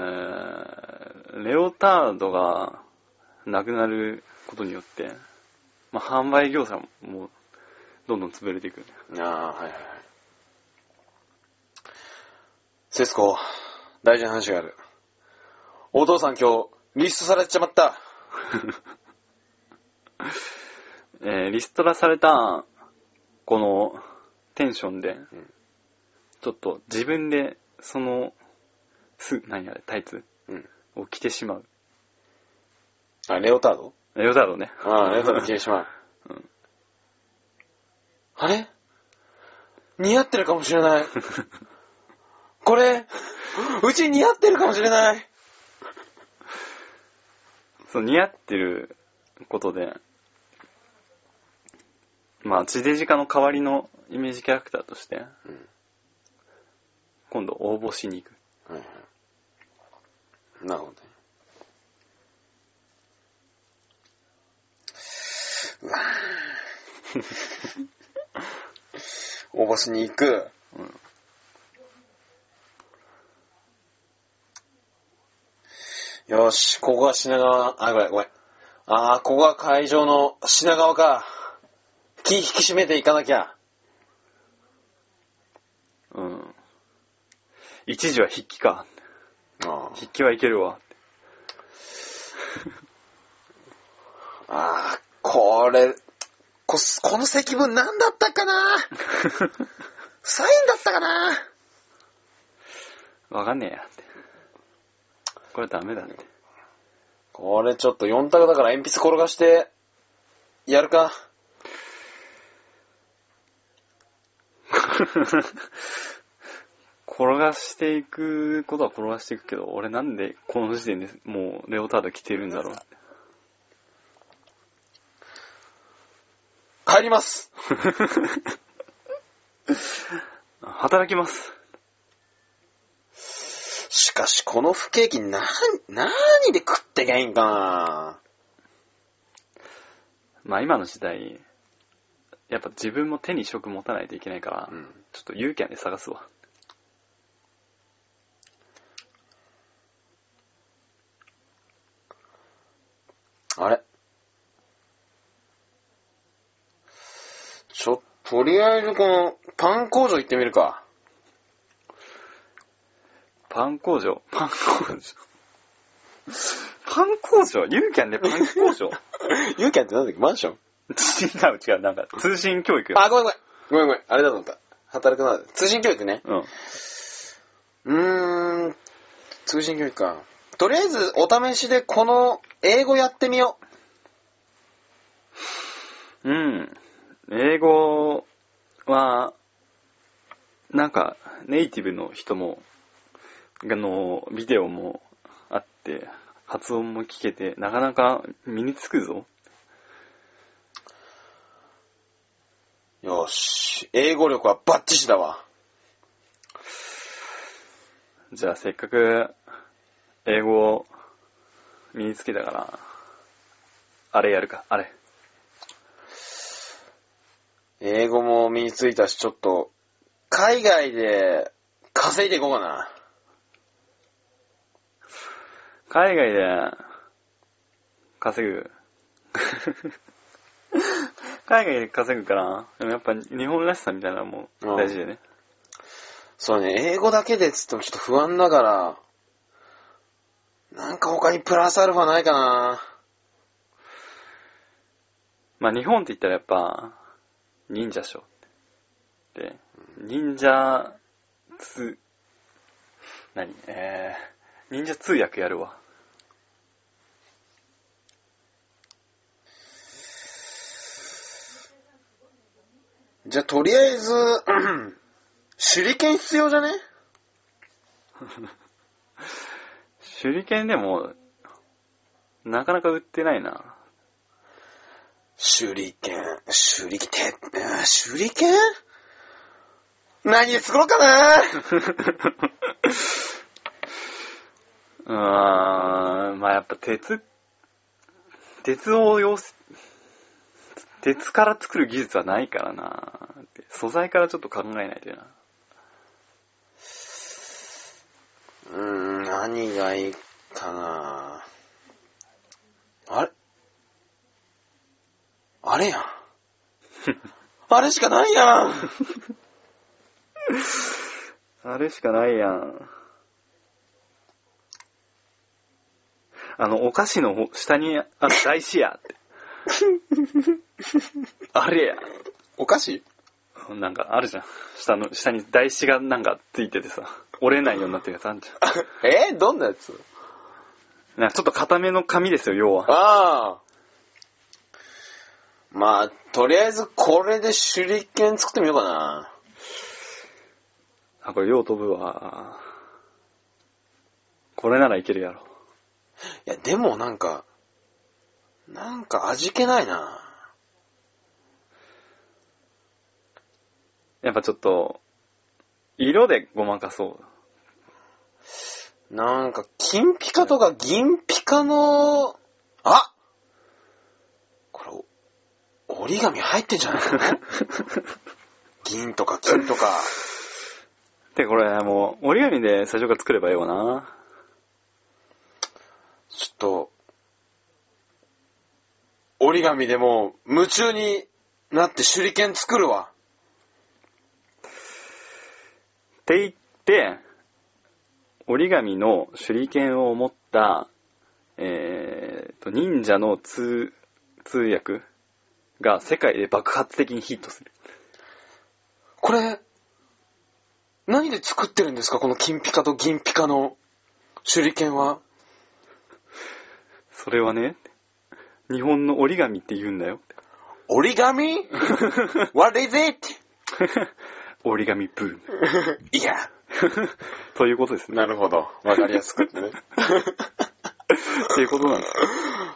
えー、レオタードがなくなることによって、まあ、販売業者ももうどんどん潰れていくよね。
ああ、はいはいはい。セスコ、大事な話がある。お父さん今日、リストされちまった。
えーリストラされた、この、テンションで、
ん
ちょっと自分で、その、す、何あれ、タイツ
うん。
を着てしまう。
あ、レオタード
レオタードね。
ああ、レオタード着てしまう。
うん
あれ似合ってるかもしれない。こ れ、うち似合ってるかもしれない。
そう、似合ってることで、まあ、地デジ化の代わりのイメージキャラクターとして、
うん
今度応募しに行く。
はいはいなるほどね。 うわぁ応募しに行く。
うん
よし、ここが品川、あ、ごめん、ごめん。あー、ここが会場の品川か。気引き締めていかなきゃ。
うん。一時は筆記か。
あー
筆記はいけるわ。
あーこれ、こ、この積分何だったかなサインだったかな
わかんねえやって。これダメ だって。
これちょっと4択だから鉛筆転がして、やるか。
転がしていくことは転がしていくけど、俺なんでこの時点でもうレオタード着てるんだろうって。
帰ります。
働きます。
しかし、この不景気、な、何で食ってけんかな
まあ今の時代、やっぱ自分も手に職持たないといけないから、
うん
ちょっと勇気あで探すわ。
あれちょ、とりあえずこの、パン工場行ってみるか。
パン工場パ ン工場パン工場ユーキャンでパン 工場
ユーキャンってなんだっけマンション
違う違う、なんか通信教育。
あ、ごめんごめん。ごめんごめん。あれだと思った。働くな。通信教育ね。
うん。
うーん。通信教育か。とりあえず、お試しでこの、英語やってみよ
うん。英語は、なんか、ネイティブの人も、あの、ビデオもあって、発音も聞けて、なかなか身につくぞ。
う。よし。英語力はバッチシだわ。
じゃあ、せっかく、英語を身につけたから、あれやるか、あれ。
英語も身についたし、ちょっと、海外で、稼いでいこうかな。
海外で、稼ぐ。 海外で稼ぐから、でもやっぱ日本らしさみたいなのも大事だよね。
そうね、英語だけでっつってもちょっと不安だから、なんか他にプラスアルファないかな
まあ日本って言ったらやっぱ、忍者ショーって。で、忍者つ、何えー、忍者通訳やるわ。
じゃあとりあえず、 うん手裏剣必要じゃね
手裏剣でも、なかなか売ってない な。
手裏剣、手裏剣て、えー手裏剣何で作ろうかな
うーん、まあやっぱ鉄、鉄を要す、鉄から作る技術はないからな。素材からちょっと考えないとな。
うーん、何がいいかなあれあれやん。あれしかないやん
あれしかないやん。あの、お菓子の下に、あ、大師やって。あれや。
お菓子
なんかあるじゃん。下の、下に台紙がなんかついててさ、折れないようになってるやつあるじゃ
えどんなやつ
ん。なんかちょっと固めの紙ですよ、要は。
ああ。まあ、とりあえずこれで手裏剣作ってみようかな。
あ、これよう飛ぶわ。これならいけるやろ。
いや、でもなんか、なんか味気ないな。
やっぱちょっと、色でごまかそう。
なんか、金ピカとか銀ピカの、あこれ、折り紙入ってんじゃないか な銀とか金とか。
で、これもう、折り紙で最初から作ればいいわな。
ちょっと、折り紙でもう夢中になって手裏剣作るわ。
って言って、折り紙の手裏剣を持った、えーと、忍者の通、通訳が世界で爆発的にヒットする。
これ、何で作ってるんですかこの金ピカと銀ピカの手裏剣は。
それはね、日本の折り紙って言うんだよ。
折り紙 ?What is it?
折り紙ブーム。
いや。
ということですね。
なるほど。わかりやすく ってね。
ということなんです。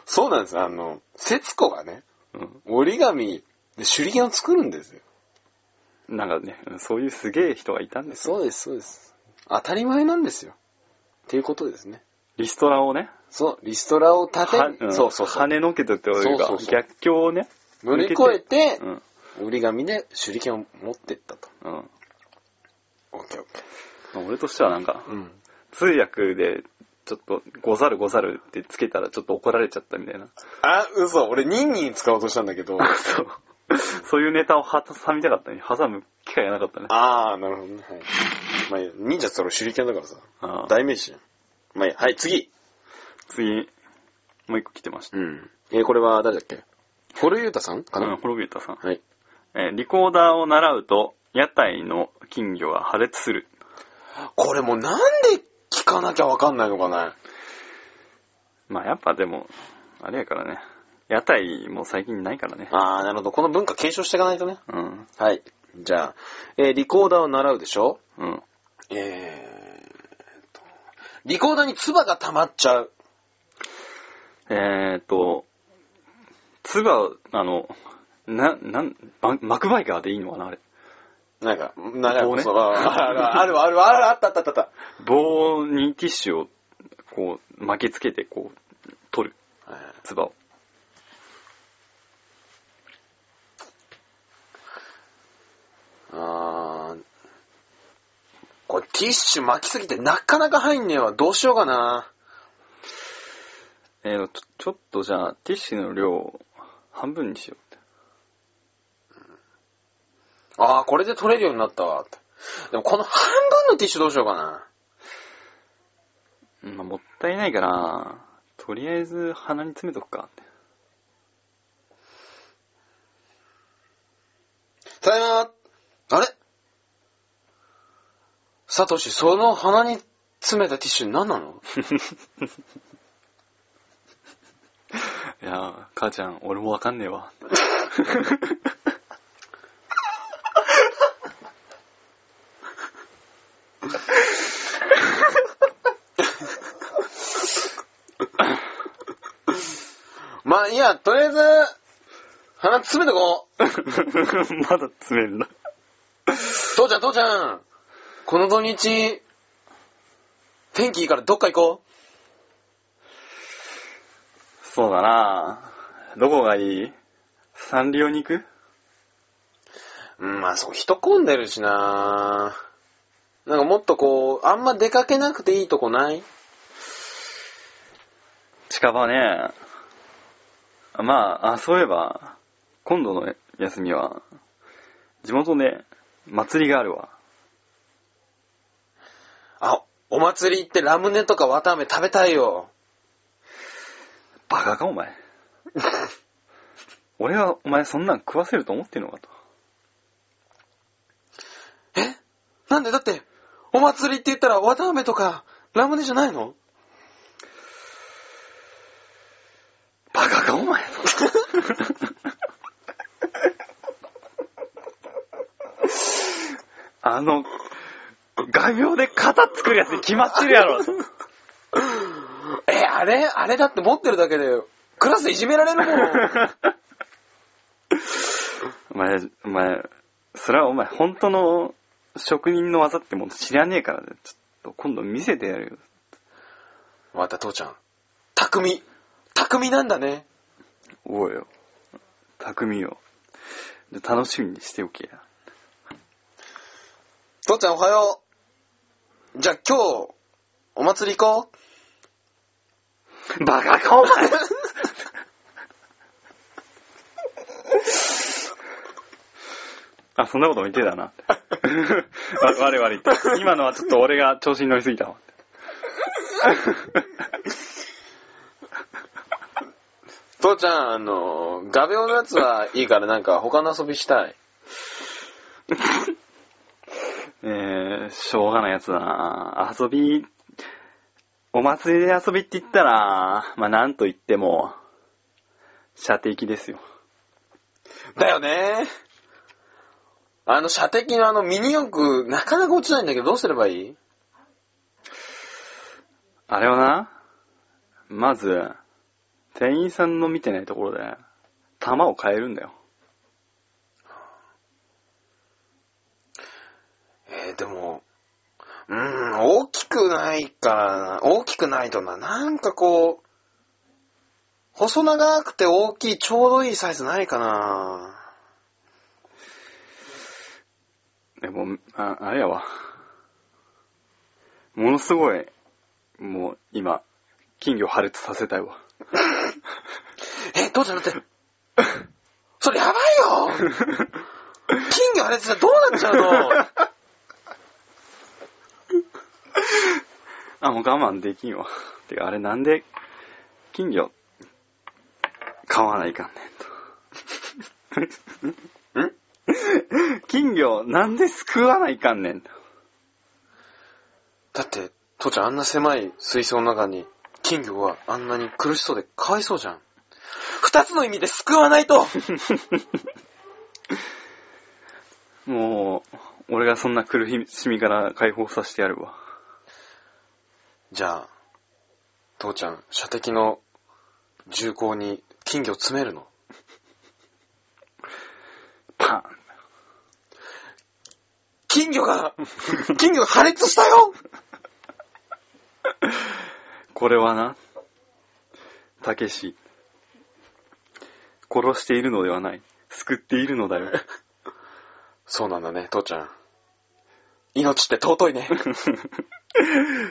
そうなんです。あの、節子がね、
うん
折り紙で手裏剣を作るんですよ。
なんかね、うんそういうすげえ人がいたんです。
そうです、そうです。当たり前なんですよ。っていうことですね。
リストラをね、
そう、リストラを立て、
はうん
そうそうそ
跳
う。
ねのけたというか
そうそうそう
逆境をね、
乗り越えて
う、ん、
折り紙で手裏剣を持ってったと。
うん。
オッケーオッケ
俺としてはなんか、
ー。うん。
通訳で、ちょっと、ござるござるってつけたらちょっと怒られちゃったみたいな。
あ、嘘、俺、ニンニン使おうとしたんだけど。
そう。そういうネタを挟みたかったね。挟む機会がなかったね。
あー、なるほどね。はい。まあいいや、忍者って俺手裏剣だからさ。
ああ
代名詞じゃん。まあいいや、はい、次。
次、もう一個来てました。
うん。えーこれは誰だっけ堀裕太さんか
う
な、
ん、滅びたさん。
はい。
えーリコーダーを習うと、屋台の金魚が破裂する。
これもうなんで聞かなきゃわかんないのかな
まあやっぱでも、あれやからね。屋台も最近ないからね。
あー、なるほど。この文化継承していかないとね。
うん。
はい。じゃあ、えーリコーダーを習うでしょ
うん。
えーっと、リコーダーに唾が溜まっちゃう。
えーっと、つば、あの、な、なん、ば幕バイガーでいいのかなあれ。
なんか、長い
棒ね
そうあああるあるあるあったあったあったあっ
棒にティッシュを、こう、巻きつけて、こう、取る、
た。はい
つばを。
あーこれティッシュ巻きすぎてなかなか入んねえわ。どうしようかな。
えーと、ちょちょっとじゃあ、ティッシュの量を半分にしようって。
あー、これで取れるようになったわ。でもこの半分のティッシュどうしようかな。
うんまあ、もったいないから、とりあえず鼻に詰めとく かって。
ただいまあれサトシ、その鼻に詰めたティッシュ何なの
いやー、母ちゃん、俺もわかんねえ わ。
まあいいや、とりあえず、鼻詰めとこう。
まだ詰めるな。
父ちゃん、父ちゃん。この土日、天気いいからどっか行こ
そうだなどこがいいサンリオに行く
う。うん、まあそこ人混んでるしななんかもっとこう、あんま出かけなくていいとこない
近場ね。まあ、あ、そういえば、今度の休みは、地元で祭りがあるわ。
あ、お祭り行ってラムネとかわたあめ食べたいよ。
バカか、お前。俺は、お前そんなん食わせると思ってるのかと。
えなんでだって、お祭りって言ったら、わたあめとか、ラムネじゃないの
バカか、お前。あの、画鋲で型作るやつに決まってるやろ。
え、あれあれだって持ってるだけで、ク ラスでいじめられるもん。
お前、お前、それはお前、本当の職人の技ってもん知らねえからね、ちょっと今度見せてやるよ。
また父ちゃん、匠、匠なんだね。
おうよ。匠よ。で楽しみにしておけや。
父ちゃんおはよう。じゃあ今日、お祭り行こう。
バカかお前あ、そんなことも言ってたな。 わ我々言って。今のはちょっと俺が調子に乗りすぎたわ。
父ちゃん、あの、画鋲のやつはいいからなんか他の遊びしたい。
えー、しょうがないやつだな遊び、お祭りで遊びって言ったら、まあ、なんと言っても、射的ですよ。
だよね。あの、射的のあのミニ四駆、なかなか落ちないんだけど、どうすればいい
あれはな、まず、店員さんの見てないところで、弾を変えるんだよ。
えー、でも、うーん、大きくないからな、大きくないとな、なんかこう、細長くて大きい、ちょうどいいサイズないかな。
でも、ああれやわ。ものすごい、もう今、金魚破裂させたいわ。
え、どうちゃんだって、それやばいよ金魚あれってどうなっちゃうの
あ、もう我慢できんわ。てか、あれなんで、金魚、買わないかんねんと。ん 金魚、なんで救わないかんねんと。
だって、父ちゃんあんな狭い水槽の中に、金魚があんなに苦しそうでかわいそうじゃん。二つの意味で救わないと
もう、俺がそんな苦しみから解放させてやるわ。
じゃあ、父ちゃん、射的の銃口に金魚詰めるの
パン
金魚 が、金魚が破裂したよ
これはな、たけし、殺しているのではない、救っているのだよ。
そうなんだね、父ちゃん。命って尊いね。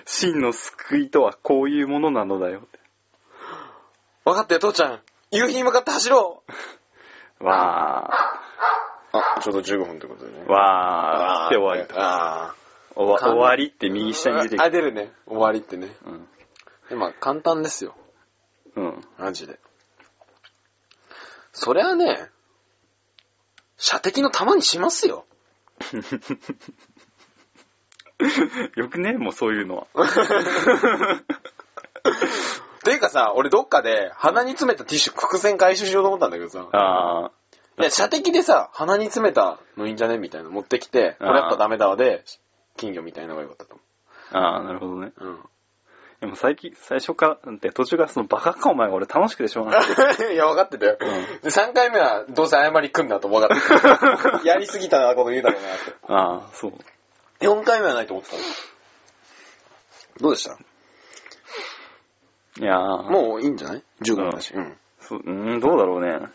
真の救いとはこういうものなのだよ。
分かったよ、父ちゃん。夕日に向かって走ろう。
わ
あ、ちょうど15分ってことでね
ー、。わーって終わりだ。
あ
おわ終わりって右下に出てく
あ、
る。
出るね。終わりってね。
うん。
今、簡単ですよ。
うん。
マジで。そりゃね、射的の弾にしますよ。
よくねもうそういうのは。
というかさ、俺どっかで鼻に詰めたティッシュ、伏線回収しようと思ったんだけどさ。
あ
いや、射的でさ、鼻に詰めたのいいんじゃねみたいなの持ってきて、これやったらダメだわで、金魚みたいなのがよかったと
ー、あー、なるほどね。
思う。
でも最近、最初から、なんて途中からそのバカかお前が俺楽しくてしょうがない。
うん。いや、分かってたよ。
う
で、3回目はどうせ謝り来んなと分かって た。やりすぎたな、こと言うだろうなって。
ああ、そう。
4回目はないと思ってたの。どうでした
いやー、
もういいんじゃない ?15 分だし。うん。
そう、うーん、どうだろうね。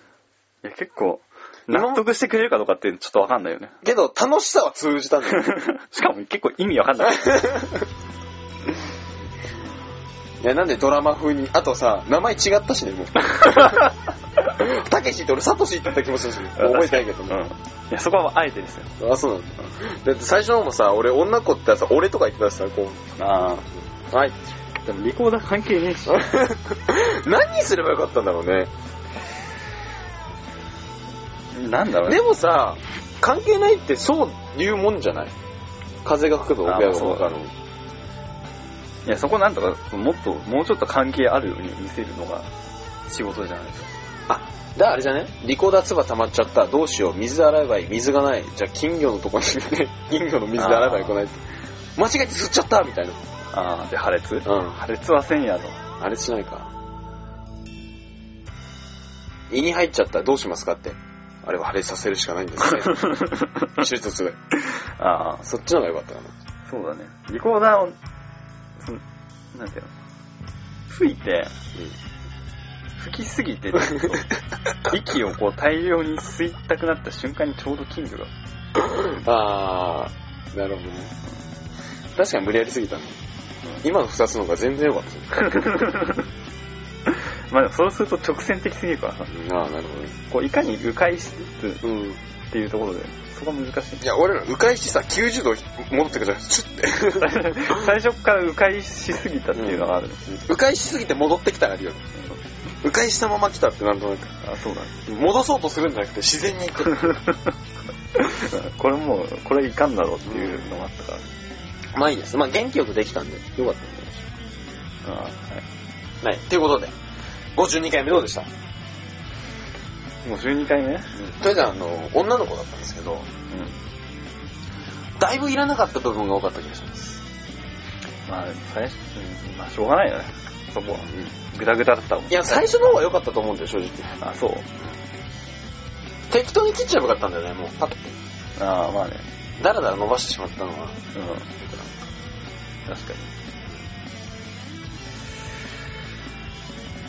いや、結構、
今
納得してくれるかどうかってちょっとわかんないよ ね。
けど、楽しさは通じたんだよ。
しかも結構意味わかんない。
いや、なんでドラマ風に。あとさ、名前違ったしね、 もう。たけしって俺、サトシって言った気もするし、ね、もう覚えてないけど
うん。
も。
いや、そこはあえてですよ。
あ、そうなんだ。だって最初の方もさ、俺、女の子ってさ、俺とか言ってたしさ、こ
あ
う。はい。
あ。でもリコーダー関係ねえし。
何すればよかったんだろうね。
なんだろうね
で。もさ、関係ないってそういうもんじゃない風が吹けば
あ
親がわかる
そ。いや、そこなんとか、もっと、もうちょっと関係あるように見せるのが仕事じゃないですか。
だからあれじゃねリコーダー唾溜まっちゃった。どうしよう。水洗えばいい。水がない。じゃあ金魚のとこにね、 金魚の水で洗えばいい。こない間違えて吸っちゃったみたいな。
ああ、で、破裂
うん。
破裂はせんや ろ。
あれしないか。胃に入っちゃった。どうしますかって。あれは破裂させるしかないんです ね。手術で。
ああ、
そっちの方が良かったかな。
そうだね。リコーダーを、その、なんていうの、吹いて、吹きすぎて、ちょっと息をこう大量に吸いたくなった瞬間にちょうど金魚が、
あー、なるほどね。確かに無理やりすぎたね。今の二つの方が全然良かったね。
まあでもそうすると直線的すぎるから
う
さ、
んあー、なるほどね。
こういかに迂回しつつ
うん。
っていうところで、そこが難しい
い。や、俺ら迂回してさ、90度戻ってくじゃん。 シュッて。
最初から迂回しすぎたっていうのがあるね。
迂回しすぎて戻ってきたらあるよね。迂回したまま来たってなんとなく。
あ、そうだね。
戻そうとするんじゃなくて自然に行く。
これもう、これいかんだろうっていうのがあったから。
まあいいです。まあ元気よくできたんで、良かったんで。
あはい
はい。ということで、52回目どうでした、
もう12回目うん。
とりあえずあの、女の子だったんですけど、だいぶいらなかった部分が多かった気がします。
まあ、最初、うんまあ、しょうがないよね。そこは。グダグダだったもん。
いや、最初の方が良かったと思うんだよ、正直。
あ、そう。
適当に切っちゃえばよかったんだよね、もう。パッて。
ああ、まあね。
だらだら伸ばしてしまったのは。
うん。確か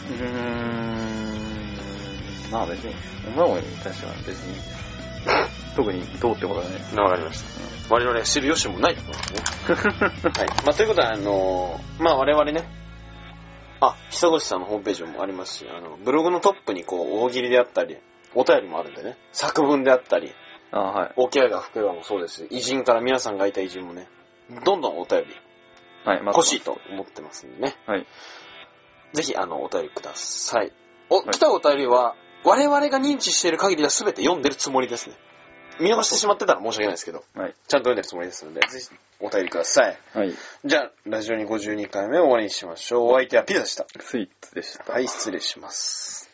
に。うーん。まあ別に、女の子に対しては別に、特にどうって ことはね。
わかりました。我々は知る由もないところですね。はい。まあ、ということは、あのーまあ、我々ね、あ、久越さんのホームページもありますし、あの、ブログのトップにこう、大喜利であったり、お便りもあるんでね、作文であったり、
ああ、はい。
お気合が福岩もそうですし偉人から皆さんがいた偉人もね、どんどんお便り
はい、ま
欲しいと思ってますんでね。
はい。
ぜひ、あの、お便りください。お、
い
来たお便りは、我々が認知している限りは全て読んでるつもりですね。見逃してしまってたら申し訳ないですけど、
はい。
ちゃんと読んでるつもりですので、ぜひ、お便りください。
はい。
じゃあ、ラジオに52回目を終わりにしましょう。お相手はピザでした。
スイーツでした。
はい、失礼します。